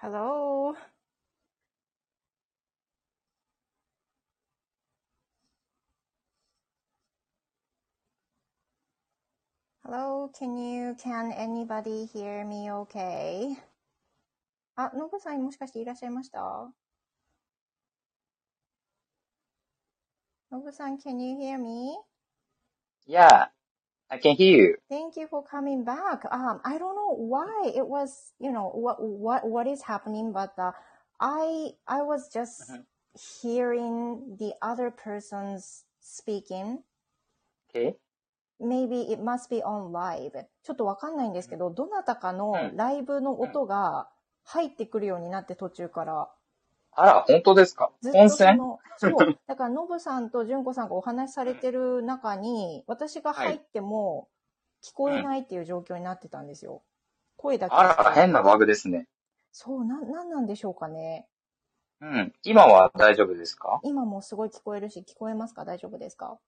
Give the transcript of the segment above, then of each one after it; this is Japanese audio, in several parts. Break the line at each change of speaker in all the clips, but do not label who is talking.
Hello. Hello. Can you, can anybody hear me okay? あ、のぶさんもしかしていらっしゃいましたのぶさん、can you hear me?
Yeah, I can hear you.
Thank you for coming back. Um, I don't know why it was, you know, what, what, what is happening, but uh, I, I was just
Mhm.
hearing the other person's speaking.
Okay.
Maybe it must be on live. ちょっとわかんないんですけど、どなたかのライブの
うんうん
音が入ってくるようになって途中から、
あら、本当ですか
ずっ
温
とそ
泉
の、そう、だからノブさんと純子さんがお話しされてる中に、私が
は
入っ
い。
ても聞
う
こえ
ん。
ないっていう状況になってたんですよ。声だけ
あ
聞
ら、
こえ
変
て。
なバグですね。
そう、な、なんなんでしょうかね。
うん。今は大丈夫ですか
今もすごい聞こえるし、聞こえますか大丈夫ですか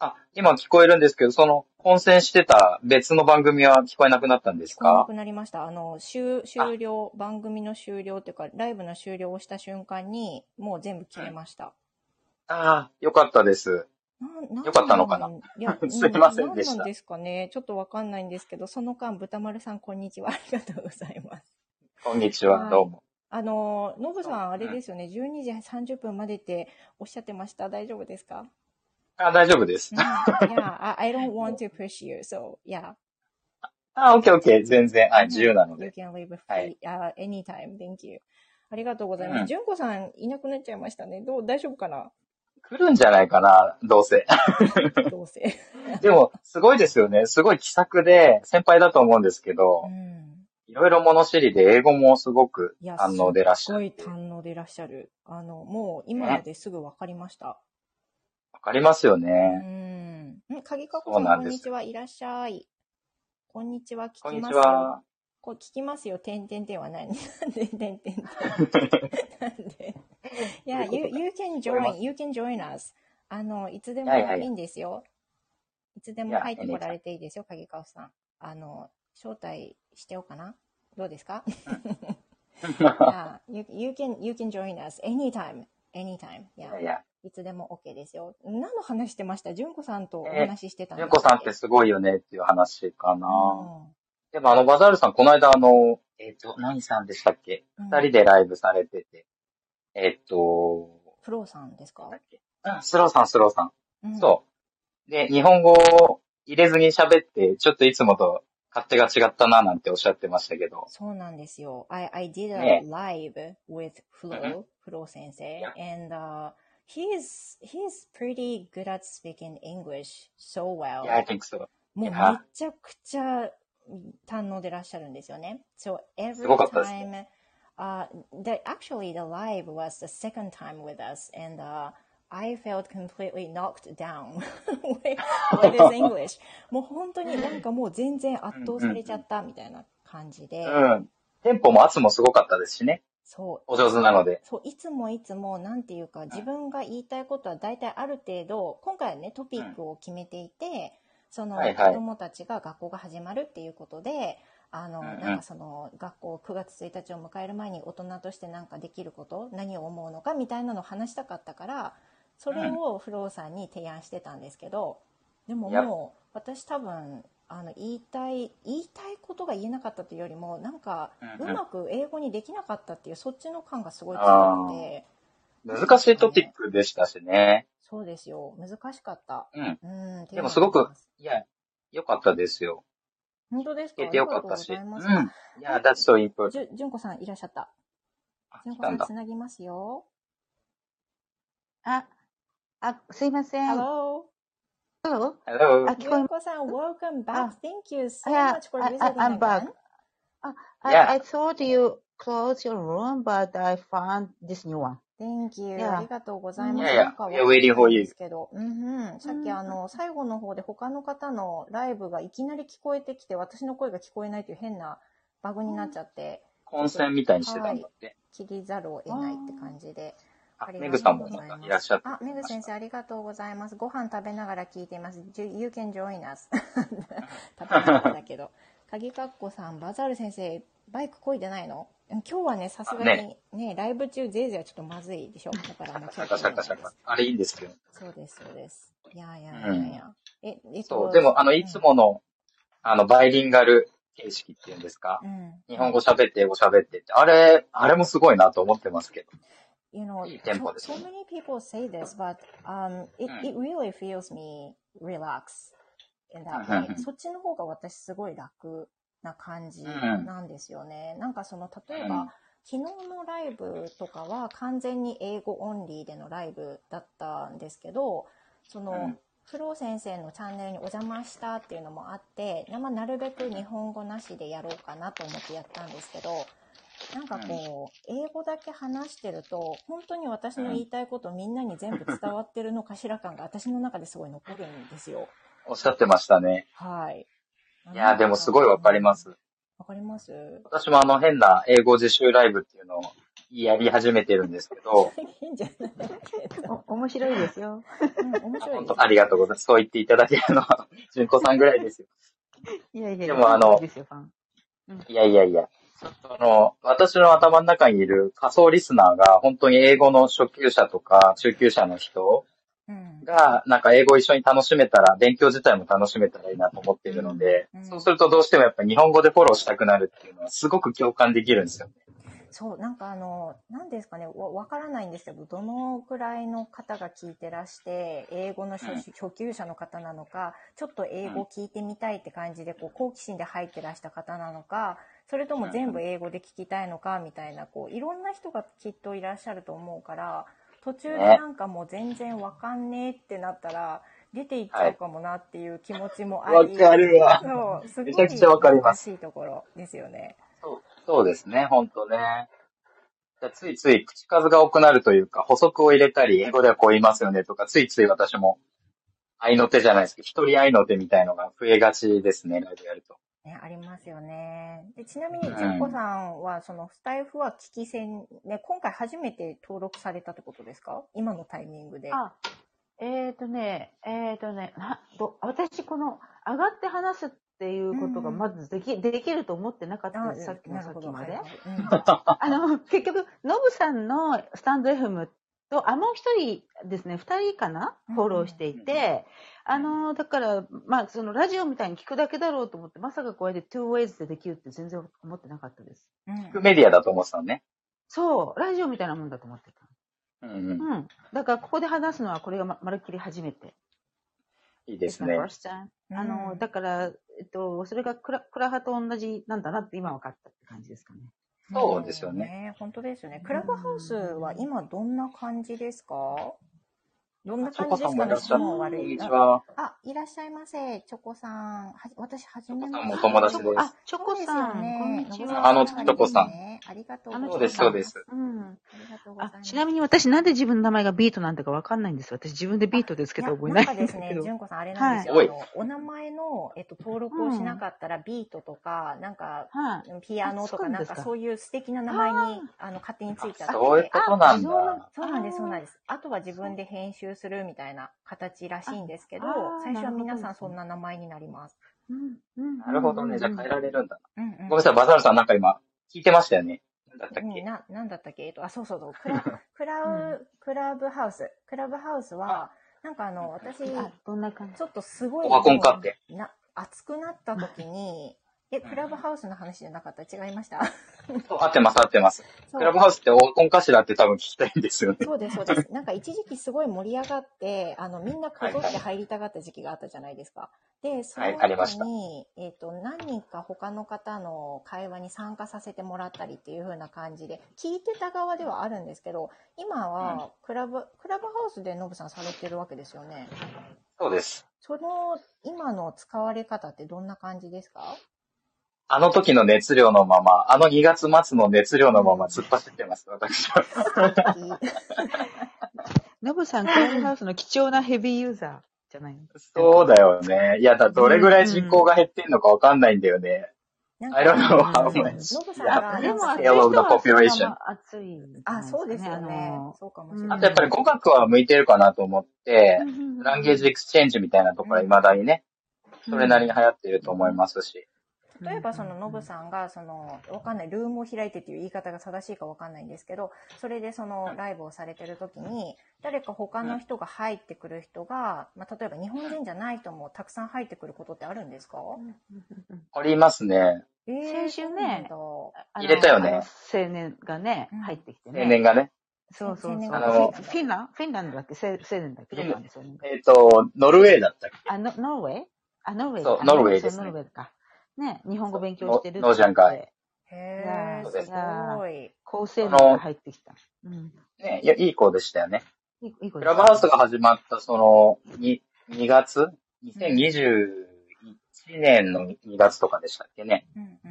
あ、今聞こえるんですけど、その、混戦してた別の番組は聞こえなくなったんで
聞
す
こえな
か
くなりました。あの、終、終
あ、
了、番組の終了っていうか、ライブの終了をした瞬間に、もう全部
う
消え
ん。
ました。
ああ、よかったです。
な、
よかったのか
な
な
ん、いや、う
すいま
ん、
せん
なん
で
な
し
ん
た。
ですかね。ちょっとわかんないんですけど、その間、豚丸さん、こんにちは。ありがとうございます。
こんにちは、
は
どう
い。
も。
あの、ノブ
そう
さん、あ
う
れで
ん。
すよね。12時30分までっておっしゃってました。大丈夫です か
あ、大丈夫です。
うん。Yeah, I, I don't want
も
to push you, so yeah.
うあ、オッケーオッケー。全然、はい、自
は
由
い。
なの
You
で。
can leave
はい。
free, uh, anytime. Thank you. ありがとうございま
う
す。
ん。
純子さん、いなくなっちゃいましたね。どう、大丈夫か な
来るんじゃないかな、どうせ。
どうせ。
でも、すごいですよね。すごい気さくで、先輩だと思うんですけ
う
ど、
ん。
いろいろ物知りで、英語もすごく
いや、
堪
すっ
能でらっしゃ
ご
っ
い
て。
堪能でいらっしゃる。あの、もう今の
ね。
ですぐ分かりました。
わかりますよ
うー
ね。
ん。ん、鍵かこ
そう
さん、こ
なん
ん
で
に
す
ち
よ。
は。いらっしゃい。こんにちは。聞
こん
き
にち
ますよ。
は。
こう、聞きますよ。てんてんてんは何 なんで、てんてんてん。なんで。い
そうい
や、
うこ
you,
とか。
you can
聞こえま
join,
す。
you can join us. あの、いつで
いやい
も
やい
いい
や。
んですよ。いつで
い
も
や、
入っ
エ
てこ
ニ
ら
タイ
れていいですよ、鍵川さん。あの、招待しておうかなどうです か
ム。
Yeah, you, you can, you can join us anytime, anytime.
うん。い
Yeah.
やいや。
いつでも OK ですよ。何の話してました純子さんとお
え
話ししてた
ー、
ん
ゆう
でし
こ
た
さ
っ
んって
け
すごいよねっていう話か
う
な。
ん。うん。
でもあの、バザールさん、この間あの、えっ、と、何さんでしたっけ二人でライブされてて。えっ、と、
プロさんです
なんだ
か
っけ。うん、スローさん、スローさん。
うん。
そう。で、日本語を入れずに喋って、ちょっといつもと勝手が違ったななんておっしゃってましたけど。
そうなんですよ。I, I did a
ね
live with
え。うんうん。
Flo, Flo 先
い
生,
や。
and uh, he's, he's pretty good at speaking English so
いや、I
well.
think so. い
もうめ
や、
ちゃくちゃ堪能でらっしゃるんですよね。So
すご
every
かったですね。
time, uh, the, actually the live was the second time with us and uh, I felt completely knocked down with, with his English. もう本当になんかもう全然圧
うん
倒
う
され
ん
ちゃったみたいな感じ
う
で、
ん。うん。テンポも圧もすごかったですしね。
そう、
お
い
上手なので。
そう、いつもいつも、なんていうか、自分が言いたいことは大体ある程度、今回はね、トピ
うん。う
ッ
ん。
クを決めていて、そ
は
の
い
子
はい。
供たちが学校が始まるっていうことで、あ
うん
の、
う
なんか
ん。
その学校9月1日を迎える前に大人としてなんかできること、何を思うのかみたいなのを話したかったから、それ
うん。
をフローさんに提案してたんですけど、でも
いや。
もう私多分あの言いたい言いたいことが言えなかったというよりもなんか
うん
う
うん。
まく英語にできなかったっていうそっちの感がすごい強く
ああ。
てなん
難
で
し
す
い
か
トピッ
ね
クでしたしね。
そうですよ難しかった
うん。
うんっていう
で
の
もす
はあ
ご
り
く、
ます
いや、良かったですよ。
本当ですかあ
聞けて
り
良
が
か
とうご
った
ざ
し。
います
う
あ
ん。いや、
あ
that's so important.
じゅ純子さんいらっしゃった
あ、
純子
来た
さ
ん
ん
だ。
つなぎますよ
あ、あ、すいません。
Hello
Hello? あ、
Hello.
聞こえ、
純子さん Welcome back
あ、
Thank you
あ、
so
や、
much for
あ、あ、
visiting
I'm back.
again
あ、I,
Yeah.
I thought you closed your room, but I found this new one.
Thank you. あ
Yeah.
りがとうご
う
ざいます。
Yeah,
ん、
な
yeah.
んか
We
わ
are
かんな
waiting
い
for
んです
you.
けど、うんうん、
う
さっき
ん、
あの、最後の方で他の方のライブがいきなり聞こえてきて、私の声が聞こえないという変なバグになっちゃって、ちょっ
混
と、
戦みたいにして
は
たんだ
い、
って。
切りざるを得ないって感じで、
あ、
あり
メ
が
グ
と
さ
うんご
もなん
ざい
か
ま
いらっ
す。
しゃったっ
あ、
て
め
言
ぐ
いまし
先生
た。
ありがとうございます。ご飯食べながら聞いています。You you can join us. 食べながら
う
だけど。鍵かっこさん、バザール先生、バイクこいでないの今日はね、さすがにね、ライブ中、ぜいぜいはちょっとまずいでしょ。だからもう
シ
今日
ャカ
は
シャカシャカ。あれいいんですけど。
そうです、そうです。いやいやいやいや。え、えっ
そう。でも、あの、いつ。もの、あの、バイリンガル形式っていうんですか。
うん。
日本語喋って、英語喋ってって。あれ、あれもすごいなと思ってますけど。
you know,
いいテンポ
so,
です
so
ね
many people say this, but um, it,
うん
it really feels me relax in
うん
that
うん
way.
うん
そっちの方が私すごい楽な感じ
うん
なんですよね。なんかその、例え
うん
ば、昨日のライブとかは完全に英語オンリーでのライブだったんですけど、その、
うん
フロー先生のチャンネルにお邪魔したっていうのもあって、まあなるべく日本語なしでやろうかなと思ってやったんですけど、なんかこう、英語だけ話してると、本当に私の言いたいことみんなに全部伝わってるのかしら感が私の中ですごい残るんですよ。
おっしゃってましたね。
はい。
いやー、でもすごいわかりま。す。
わかります
私もあの変な英語自習ライブっていうのをやり始めてるんですけ ど、
いいんじゃないけ ど。
お面白いですよ。
うん、面
あ
白い
本
です
当ありがとうございます。そう言っていただけるのは、純子さんぐらいですよ。
いやいやい
で
や、
もあの
いいですよ、ファン。
いやいやいや。その、私の頭の中にいる仮想リスナーが、本当に英語の初級者とか中級者の人
うん。
が、なんか英語一緒に楽しめたら、勉強自体も楽しめたらいいなと思っているので、
うん
そうするとどうしてもやっぱ日本語でフォローしたくなるっていうのは、すごく共感できるんですよね。
そう、なんかあの、何ですかね、わわからないんですけど、どのくらいの方が聞いてらして、英語の初,、
うん
初級者の方なのか、ちょっと英語聞いてみたいって感じで、こう、好奇心で入ってらした方なのか、それとも全部英語で聞きたいのか、みたいな、こう、いろんな人がきっといらっしゃると思うから、途中で
ね
なんかもう全然わかんねえってなったら、出ていっちゃうかもなっていう気持ちもあり、
わかるわ
そう、すごい
めちゃくちゃわかります
難しいところですよね。
そうそうですね、本当ね。だついつい口数が多くなるというか、補足を入れたり、英語ではこう言いますよねとか、ついつい私も、愛の手じゃないですけど、一人愛の手みたいのが増えがちですね、ライブやると。
ね、ありますよね。で、ちなみに、
うん
じっこさんは、その、スタイフは危機戦、ね、今回初めて登録されたってことですか今のタイミングで。
あ、えーとね、えーとね、など私、この、上がって話すっていうことが、
うん
まずでき、できると思ってなかった
あ
です、さっき
なる
のさ
ほ
っき
ど。
まで。
はいはい
あの、結局、ノブさんのスタンド FM と、あ、もう一人ですね、二人かな
うん
フォローしていて、あの、だから、まあ、そのラジオみたいに聞くだけだろうと思って、まさかこうやって 2ways でできるって全然思ってなかったです。
うん
聞くメディアだと思ってたのね。
そう、ラジオみたいなもんだと思ってた。
うんうん。
うん。だから、ここで話すのは、これがままるっきり初めて。
いいですね。
It's the first time
うん
あの、だから、えっと、それがクラクラハと同じなんだなって今分かったって感じですかね。
そうですよね
ね。本当ですよね。クラブハウスは今どんな感じですかどんな
チョ
感
コ
じで
さん
す
も
か
いら
ね質問悪
っしゃる。こん
い
にち。は。
あ、いらっしゃいませ。チョコさん。はじ私、はじめま
チョコさんもお
して。
友達で
あ、チョコさん、こんにちは。
あのチョコさん
ん。ありがとう
あの
ご
そう
ざい
で、
ますす。
そうです。
うん。
ありがとうござい
あ
ま、す。
ちなみに私なんで自分の名前がビートなんだかわかんないんですよ。私自分でビートですけ
い
ど
や
覚えないん
んか
だ
です
け
ね、
ど。
純子さん、あれなんですよ。
はい
あの、お名前の、えっと、登録をしなかったら、ビートとか、なんか、
はい。
ピアノとか、
あそうな
なん
で
ん
すか
かそういう素敵な名前に、あの、勝手についちゃってて。
そういうことなん
あそうなん
だ。
そうなんです、
あー
そうなんです。あとは自分で編集するみたいな形らしいんですけど
ああ、ー
最初は皆
な
さ
る
ん
ほど
そんな名前になります。
うんうん
なるほどね。じゃあ変えられるんだ
うんうん
な。ごめんなさい、バザールさんなんか今、聞いてましたよね。なんだったっ
うん
け
な、なんだったっけえっと、あ、そうそうそう。ク ラ、クラウ、クラブハウス。クラブハウスは、なんかあの、私、
あ、どんな感じ
ちょっとすごい、
オワコンかって。
な熱くなった時に、え、クラブハウスの話じゃなかった違いました
そう合ってます、合ってます。
そ
クラブ
う
ハウスってオワコンかしらって多分聞きたいんですよね。
そうです、そうです。 なんか一時期すごい盛り上がって、あの、みんなこぞって入りたがった時期があったじゃないですか。で、その
はいありまし
時
た
に、えっ、と、何人か他の方の会話に参加させてもらったりっていう風な感じで、聞いてた側ではあるんですけど、今は、クラブ、クラブハウスでノブさんされてるわけですよね。
そうです。
その、今の使われ方ってどんな感じです か
あの時の熱量のまま、あの2月末の熱量のまま突っ走ってます、私は。
ノブさん、クラブハウスの貴重なヘビーユーザーじゃないの
そうだよね。いや、だどれぐらい人口が減ってんのかわかんないんだよね。
なんか
I don't know
あの
how
うん
much.
ノブさんが
あ、でも
なん
暑
か
い
や
人
Yellow
は
the population
暑いんじゃない
あ、
ですかね。
そうですよね
あ。の
そうかもしれ
あ
な
とやっ
い。
ぱり語学は向いてるかなと思って、ランゲージエクスチェンジみたいなところは未だにね、それなりに流行ってると思いますし。
例えばそのノブさんがそのわかんないルームを開いてっていう言い方が正しいかわかんないんですけどそれでそのライブをされてる時に誰か他の人が入ってくる人が、まあ、例えば日本人じゃない人もたくさん入ってくることってあるんですか、
ありますね。
えー
先週ね
そう
あの
入れたよね
あの青年がね
うん、
入ってきて
青
ね。
年がね。
そうそうそ
青年
う。フ
があの
ィフィンランドフィンランドだっけせ青年だっけどこなんですよね。
えっ、と、ノルウェーだったっけ
あ、ノノルウェーあ、ノルウェー
そう
あ
ノルウェーですね
そうノルウェーか。なんかね、日本語勉強
そう
してるって
ノノージャンが
で
なんだへ
そ
ー
うですす
ごい
高青年が入ってきた。うん。
ねいや、いい子でしたよね。
いいいい
ク
子ですね
ラブハウスが始まった、その、に2月 ?2021 年の2月とかでしたっけね。
うんうんうん
う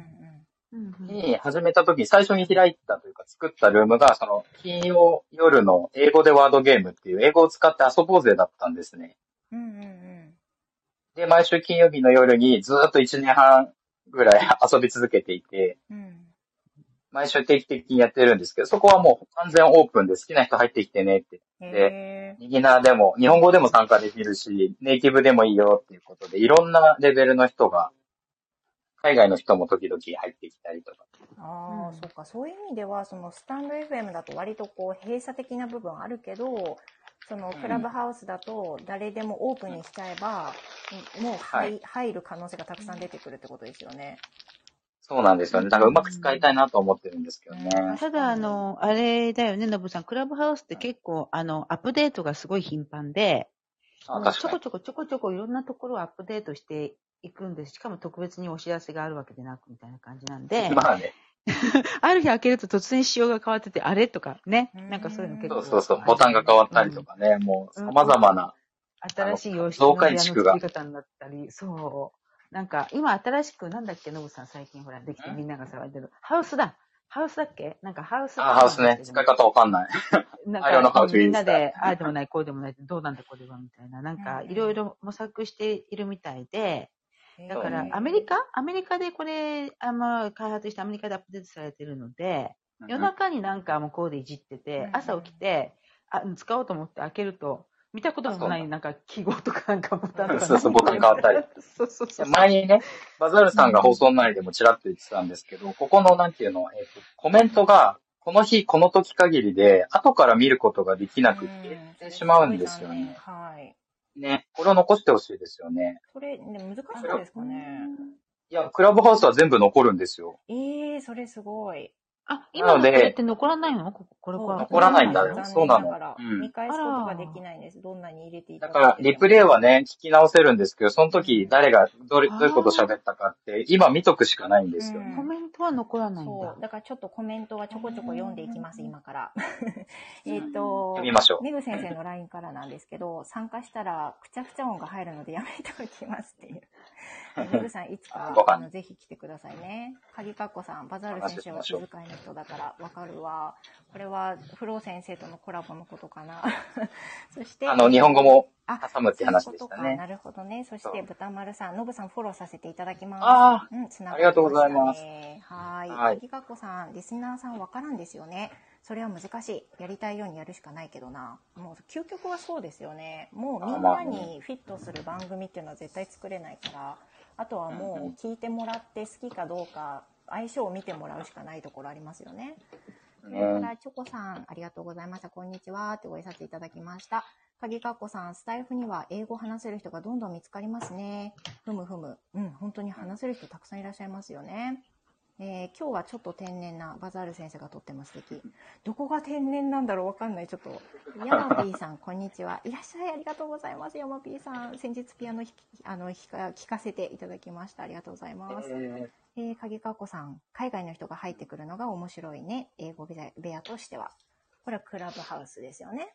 んうん
に、始めた時に最初に開いたというか作ったルームが、その、金曜夜の英語でワードゲームっていう英語を使って遊ぼうぜだったんですね。
うんうんうん
で、毎週金曜日の夜にずっと1年半ぐらい 遊び続けていて、
うん
毎週定期的にやってるんですけど、そこはもう完全オープンで好きな人入ってきてねって、
へ
右なでも、日本語でも参加できるし、ネイティブでもいいよっていうことで、いろんなレベルの人が、海外の人も時々入ってきたりとか。
ーああ、
うん
そうかそういう意味ではそのスタンド FM だと割とこう閉鎖的な部分あるけどその
うん
クラブハウスだと誰でもオープンにしちゃえば、もう入,、
は
入る可能性がたくさん出てくるってことですよね。
そうなんですよね。だからうまく使いたいなと思ってるんですけどね。
うん
ただ、あの、あれだよね、のぶさん。クラブハウスって結構、あの、アップデートがすごい頻繁で、
あ、
もう
確
ち
か
ょこ
に。
ちょこちょこちょこいろんなところをアップデートしていくんです。しかも特別にお知らせがあるわけでなくみたいな感じなんで、
まあね、
ある日開けると突然仕様が変わってて、あれとかね。なんかそういうの結
そ
構。
うそうそう、ボタンが変わったりとかね、もう様々な、
新しい様式
あの増
の部屋
改
の
築
作
が
り方になったり、そう。なんか、今新しく、なんだっけ、ノブさん最近ほら、できて
ん
みんなが騒いでる。ハウスだハウスだっけなんかハウス
あ、ハウスね、使い方わかんない。
なん
あれのハ
か
ウ、スい
み
いで
んな
すか
で、ああでもない、こうでもない、どうなんだ、これは、みたいな。なんか、
うん
いろいろ模索しているみたいで、だか
へ
ら、
ー
アメリカアメリカでこれ、あまあ、開発してアメリカでアップデートされてるので、夜中になんかもうコーデいじって
うんう
て
ん、
朝起きて、あ、使おうと思って開けると、見たこともな
あそう
い、なんか記号とかなんかボタンとか。
そうそうボタン変わったり。
そうそうそう。
前にね、バザールさんが放送内でもちらっと言ってたんですけど、ここのなんていうの、えっとコメントが、この日、この時限りで、後から見ることができなくて、
うん
しまうんですよ
それすごい残念
ね。
はい。
ね、これを残してほしいですよね。
それ、ね、難しいですかね。
いや、クラブハウスは全部残るんですよ。
ええー、それすごい。
あ、
な
今
の
の
で
これって残らないのこここれは。
残らないんだ
残
よ
念
そうなの
がら
うん
見返すことができないんです。どんなに入れていた
だから、リプレイはね、聞き直せるんですけど、その時、誰が、どれ、どういうこと喋ったかって、今見とくしかないんですよ
うん
ね。
コメントは残らないんだ
そう。。だからちょっとコメントはちょこちょこ読んでいきます、
うん
今から。えっと
読、みましょう。
メグ先生の LINE からなんですけど、参加したら、くちゃくちゃ音が入るのでやめておきますっていう。メグさん、いつか、
ご飯
あの、ぜひ来てくださいね。カギカッコさん、バザール先生は気遣いの人だから、わかるわ。これは、フロー先生とのコラボのことかな。 そして、
あの、日本語も
あ
挟むって話でし
そう
た
いうことか
ね。
なるほどね。そし
そ
て、
う
豚丸さん、ノブさんフォローさせていただきます。
あ
うん、つな
ありがとうございます
ねは。
はいい
きかこさん、リスナーさんわからんですよね。それは難しい。やりたいようにやるしかないけどな。もう、究極はそうですよね。もうみん
ま
な
あね
にフィットする番組っていうのは絶対作れないから、あとは
うんう
もう聞いてもらって好きかどうか、相性を見てもらうしかないところありますよね。
あ、
それか
ね、
ら、チョコさん、ありがとうございました。こんにちは。ってご挨拶いただきました。鍵かっこさん、スタイフには英語を話せる人がどんどん見つかりますね。ふむふむ。うん、本当に話せる人たくさんいらっしゃいますよね。えー今日はちょっと天然なバザール先生がとっても素敵。どこが天然なんだろうわかんない。ちょっと。ヤマピーさん、こんにちは。いらっしゃい。ありがとうございます。ヤマピーさん。先日ピアノ弾きあの弾か聞かせていただきました。ありがとうございます。
え
えー、影かっこさん、海外の人が入ってくるのが面白いね。英語部屋部屋としては。これはクラブハウスですよね。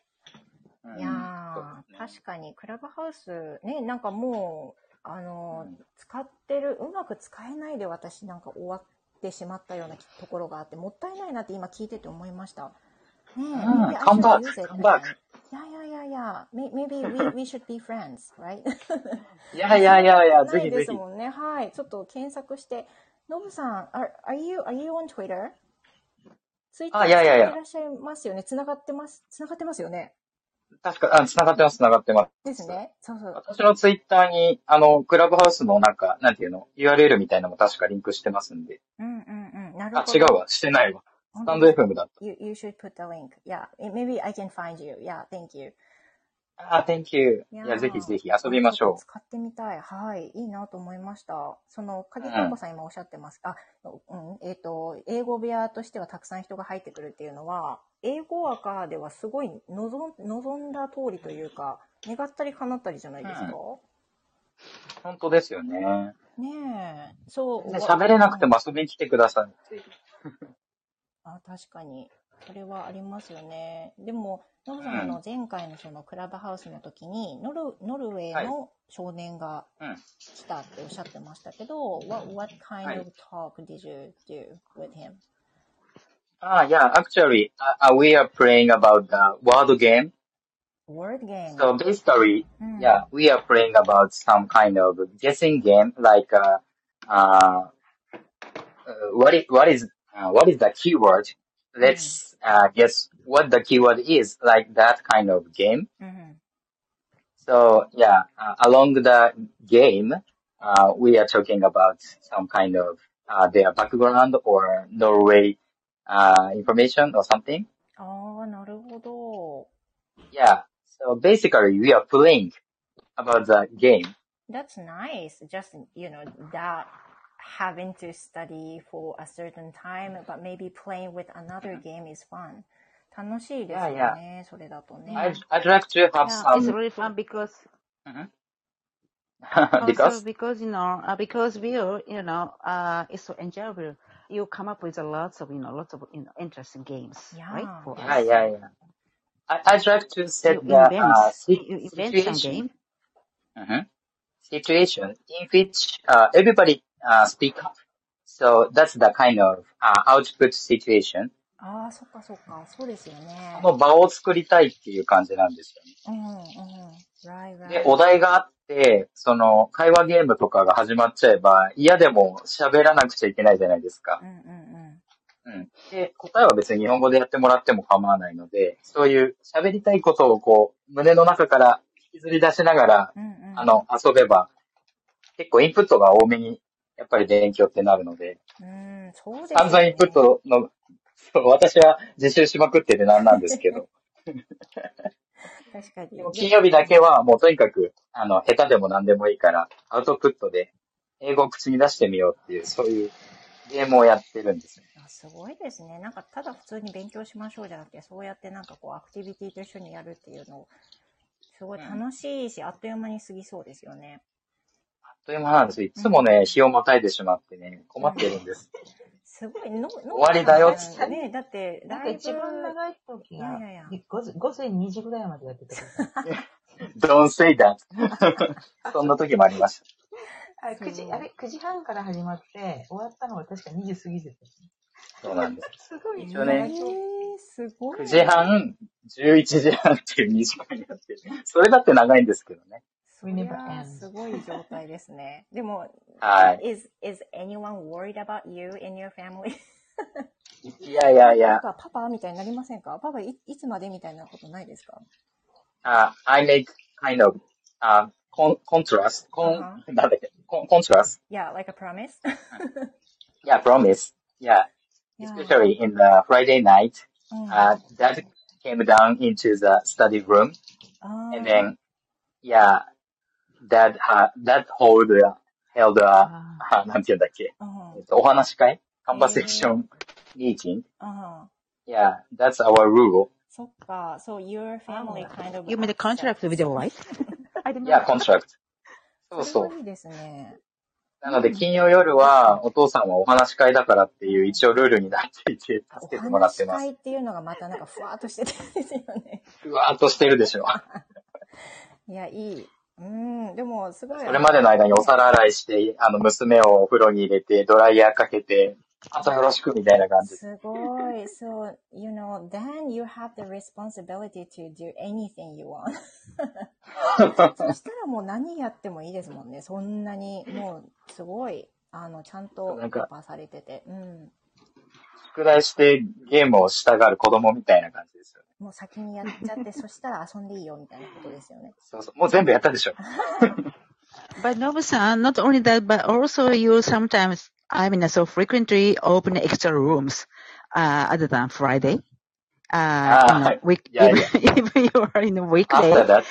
ー
いやー、
うんそうですね
確かにクラブハウス、ね、なんかもう、あのー、
うん
使ってる、うまく使えないで私なんか終わってしまったようなきところがあって、もったいないなって今聞いてて思いました。ねえ、
うん
maybe I
come
should
back,
use it
come back.
again. Yeah, yeah, yeah, yeah. May- Maybe we, we should be friends, right?
いやいやいやいや、ぜ
ない
ひ
で
ぜ
す
ひ。
もんね。はい。ちょっと検索して。ノブさん、are, are you, are you on Twitter? ツイッター
あいやいやいや
いらっしゃいますよね。つながってます。つながってますよね。
確か、あ、繋がってます、繋がってます。
ですね。そうそう。
私のツイッターに、あの、クラブハウスのなんか、なんていうの、URL みたいなのも確かリンクしてますんで。
うんうんうん。なる
あ
ほ、ど。
違うわ、してないわ。スタンド FM だっ
You, you should put the link. Yeah. Maybe I can find you. Yeah. Thank you.
た。あー、Thank you.
い
い
やー
や、ぜひぜひ遊びましょう。
使ってみたい。はい。いいなと思いました。その、かぎかこさん今おっしゃってます。あ、うん、えっ、と、英語部屋としてはたくさん人が入ってくるっていうのは、英語赤ではすごい望ん望んだ通りというか、願ったり叶ったりじゃないですか、
本当ですよね。
ねえ。そう。
で喋れなくて
も。
も遊びに来てください。
あ、確かに。それはありますよね。でも、ノブさんあの前回のそのクラブハウスの時に、ノルノルウェーの少年が、
うん。
来たっておっしゃってましたけど、what, what
は
kind
い
of talk did you do with him?
Ah, yeah, actually, uh, uh, we are playing about the word game.
Word game.
So basically,
うん、
yeah, we are playing about some kind of guessing game, like, uh, uh, uh, what is, what is, uh, what is the keyword? Let's, uh, guess what the keyword is, like that kind of game.
うん。
So yeah, uh, along the game, uh, we are talking about some kind of, uh, their background or Norway, uh, information or something.
ああ、なるほど。
Yeah. So basically, we are playing about the game.
That's nice. Just, you know, that having to study for a certain time, but maybe playing with another game is fun. 楽しいですよね、それだとね。
I'd, I'd like to
Yeah,
have
It's
some
really fun because
Mhm.
also
because
because you know uh, because we are, you know uh it's so enjoyable. You come up with a lots of you know lots of you know interesting games, right?
Yeah.
For
yeah
us,
yeah yeah. I, I'd like to
you
set the
invent
uh, si-
you invent some
situation
game.
Mhm. situation in which uh, everybody uh, speak up. So that's the kind of uh, output situation.
ああ、そっかそっか。そうですよね。
の場を作りたいっていう感じなんですよね。
うんうん。Right,
で、
right.
お題があって、その、会話ゲームとかが始まっちゃえば、嫌でも喋らなくちゃいけないじゃないですか
う。んうんうん。
うん。で、答えは別に日本語でやってもらっても構わないので、そういう喋りたいことをこう、胸の中から引きずり出しながら、
うんうん、
あの、遊べば、結構インプットが多めに、やっぱり勉強ってなるので、
うん、そうですよ
散々インプットの、そう私は自習しまくっててなんなんですけど、
確かに。
でも金曜日だけはもうとにかく、あの、下手でも何でもいいから、アウトプットで英語を口に出してみようっていう、そういうゲームをやってるんですよ。
あすごいですね。なんか、ただ普通に勉強しましょうじゃなくて、そうやってなんかこう、アクティビティと一緒にやるっていうの、すごい楽しいし、あっという間に過ぎそうですよね。
あっという間なんですよ。いつもね、日をまたいでしまってね、困ってるんです。
すごい、の、の、
終わりだよ
なんかね、だって、
なん
だ
か
いぶ、
一番長い時
いや
が
いやいや
午前午前2時ぐらいまでやってたこと。
Don't say that. そんな時もありまし
あれ9時、あれ、9時半から始まって、終わったのは確か2時過ぎて
た。そうなんです。
た。すごい
一
え
応ね
ー、すごい。
9時半、11時半っていう2時間になってる、それだって長いんですけどね。
そりゃあすごい状態ですね。でも、
はい。
is, is anyone worried about you and your family?
いやいやい
な
や
ん、か、パパみたいになりませんかパパい、いつまでみたいなことないですか
uh, I make kind of uh, con- contrast, con-
Uh-huh.
なんだっけ con- contrast,
Yeah, like a promise.
yeah, promise, yeah,
Yeah.
especially in the Friday night,
うん。
uh, that came down into the study room,
あ
and
ー
then, yeah, that, uh, that hold, uh, held, uh,
ああ。
uh, なんて言うんだっけ、
うん
えっと、お話し会 ?conversation meeting?
うん
Yeah, that's our rule.
そっか、so your family kind of
You made a contract with the
accepts.
wife? I don't
Yeah,
know.
contract. そ
そ
う
れ
そう。
はいいですね。
なので、金曜夜は、お父さんはお話し会だからっていう一応ルールになっていて、
お
助けてもらっ
話
て
し
ます。
会っていうのがまたなんかふわーっとしててですよね。
うわーっとしてるでしょ。
いや、いい。うん、でもすごい。
それまでの間にお皿洗いして、あの、娘をお風呂に入れて、ドライヤーかけて、あとよろしくみたいな感じ。
すごい。So, you know, then you have the responsibility to do anything you want. そしたらもう何やってもいいですもんね。そんなに、もうすごい、あの、ちゃんと
なん
カ
か、
バーされてて。うん。
宿題してゲームをしたがる子供みたいな感じですよね。
もう先にやっちゃ って、そしたら遊んでいいよみたいなことですよね。
そうそう。もう全部やったでしょ。
But Nobu-san, not only that, but also you sometimes, I mean, so frequently open extra rooms uh, other than Friday. Uh, you know,
Ah,
week,
yeah,
even, even you are in a weekday.
After that,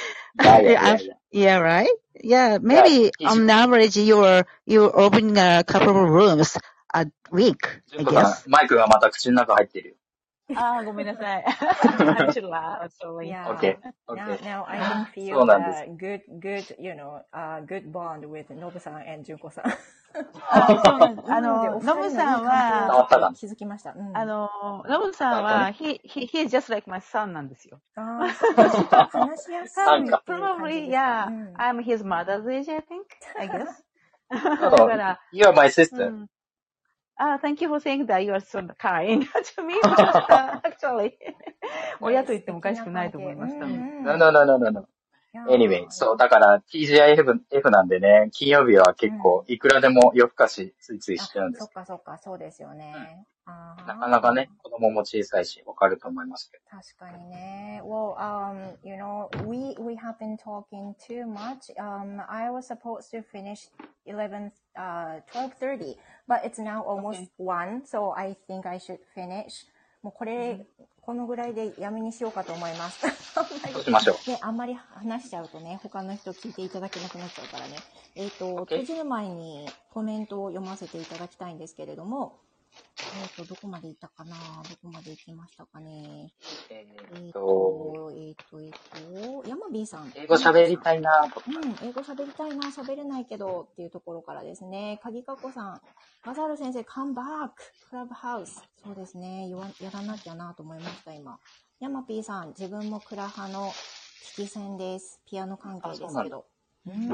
yeah, yeah, yeah, yeah.
yeah, right? Yeah, maybe
he's-
on average you're, you're opening a couple of rooms a week,
純
I
子さ
guess.
ん、マイクがまた口の中入ってるよ。
Ah, ごめんなさい。I'm too loud, sorry.
Yeah.
OK, OK.
Now, now I can
そう
feel
なんです。
the good, good, you know, uh, good bond with Nobu-san and Junko-san.
あそうなんです。あ
今のでお
の、
二人の
ノブ
いい
さ
関係
ん
伝わ
は、
ったか
に気づきました。う
あ
ん。
の、ノブさん
な。ちゃんと
は、
ね。
he, he, he is just like my son なんですよ。
ああ、そうか、 そうか。話しやす
なん
いっ
か。
ていう感じ
Probably,
ですか。
yeah.
うん。
I'm his mother's age, I think, I guess. だ
Oh,
から、
you're my
う
sister.
ん。あ、thank Ah, you for saying that you are so kind to me, Master, actually. 親
ね、
と言
素
ってもお
敵
かし
な
くない
関
と思い
係。う
ました。うん。
んう
no,
ん。い
no, no, no, no, no.
や
Anyway,
ー、い
そう、
や、
だから TGIF F なんでね、金曜日は
う
結
ん。
構いくらでも夜更かしついついし
あ、
ちゃうんで
そ
す
っかそっか、そうですよ
けど。
ね。
うん。なかなか
あ
ね、子供も小さいし、わかると思いますけど。
あ、確かにね。Well, um, you know, we, we have been talking too much. Um, I was supposed to finish 11, uh, 12.30, but it's now almost
Okay.
one, so I think I should finish. もうこ
Mhm.
れ、このぐらいでやめにしようかと思います。 あんまり
そうしましょ
ね、あんまり話しちゃうとね、他の人聞いていただけなくなっちゃうからね。えっ、
う。
と、閉
OK?
じる前にコメントを読ませていただきたいんですけれども、えっ、と、どこまで行ったかなどこまで行きましたかね
えーっ
えっ、
と、
と、えっ、と、えっ、と、ヤマビーさん、
英語
ヤマビー
喋
さ
り
ん。
たいなと
う
か。
ん、英語喋りたいな、喋れないけどっていうところからですね。鍵かこさん、マザール先生、カムバッククラブハウス。そうですね。言わやらなきゃなと思いました、今。ヤマピーさん、自分もクラハの聞き戦です。ピアノ関係
あ、
で
そう
す
な
け
んだ。
ど。うん。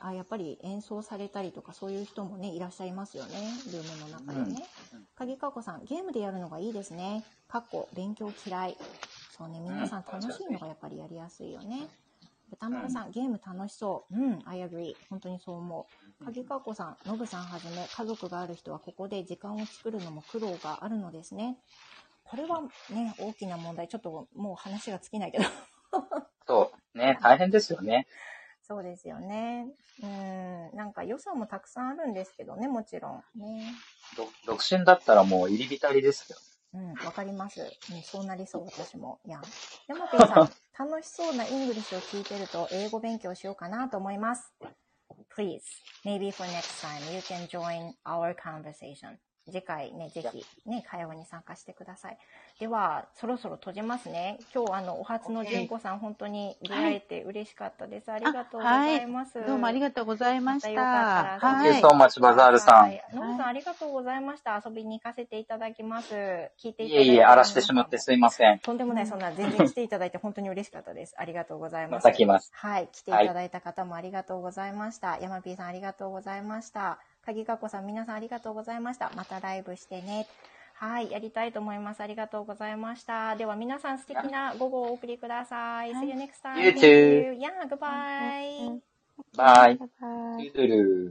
あ、やっぱり演奏されたりとか、そういう人もね、いらっしゃいますよね。ルームの
う
中で
ん。
ね。鍵かこさん、ゲームでやるのがいいですね。かっこ、勉強嫌い。そうね、
う
皆
ん。
さん
そう
楽
そう
しい
そう
のがやっぱりやりやすいよね。豚
う
丸
ん。
さん、ゲーム楽しそう。うん、I agree. 本当にそう思う。
うん
鍵かこさん、ノブさんはじめ、家族がある人はここで時間を作るのも苦労があるのですね。これはね、大きな問題。ちょっともう話が尽きないけど。
そう。ね、大変ですよね。
そうですよね。うん、なんか良さもたくさんあるんですけどね、もちろん。ね。
ど独身だったらもう入り浸りですよ。
うん、わかります。うん、そうなりそう、私も。いや。山ピーさん、楽しそうなイングリッシュを聞いてると、英語勉強しようかなと思います。Please, maybe for next time, you can join our conversation. 次回ね、ぜ
いや、
ひね、会話に参加してください。では、そろそろ閉じますね。今日、あの、お初の純
OK。
子さん、本当に出
は
会え
い。
て嬉しかったです。あり
あ、
がとうご
は
ざい
い。
ます。
どうもありがとうござい
ま
ま
た
し
よかった
た。
ら遊
Thank
び
you
は
に
い。
来
so
て
much,
く
バ
だ
ザールさ
さ
ん。
い。ノブさ
は
ん、
い。
ありがとうございました。遊びに行かせていただきます。聞いてい
いえ
た
い
だい
え、
た
荒らして
皆
し
さ
まっ
ん
て
も。
すいません。
とんでも
う
ない、そ
ん。
んな、全然来ていただいて本当に嬉しかったです。 ありがとうござい
ま
ま
た
す。
来ます。
はい、来てい
は
た
い。
だいた方もありがとうございました。山 P さんありがとうございました。鍵かっこさん皆さんありがとうございました。またライブしてね。はい、やりたいと思います。ありがとうございました。では皆さん素
や
敵な午後をお送りください。
は
See
い。
you next
You
time. Thank
too.
you. Yeah,
はい。
goodbye.
Thank you.
Bye.
バイバイ。
Toodaloo.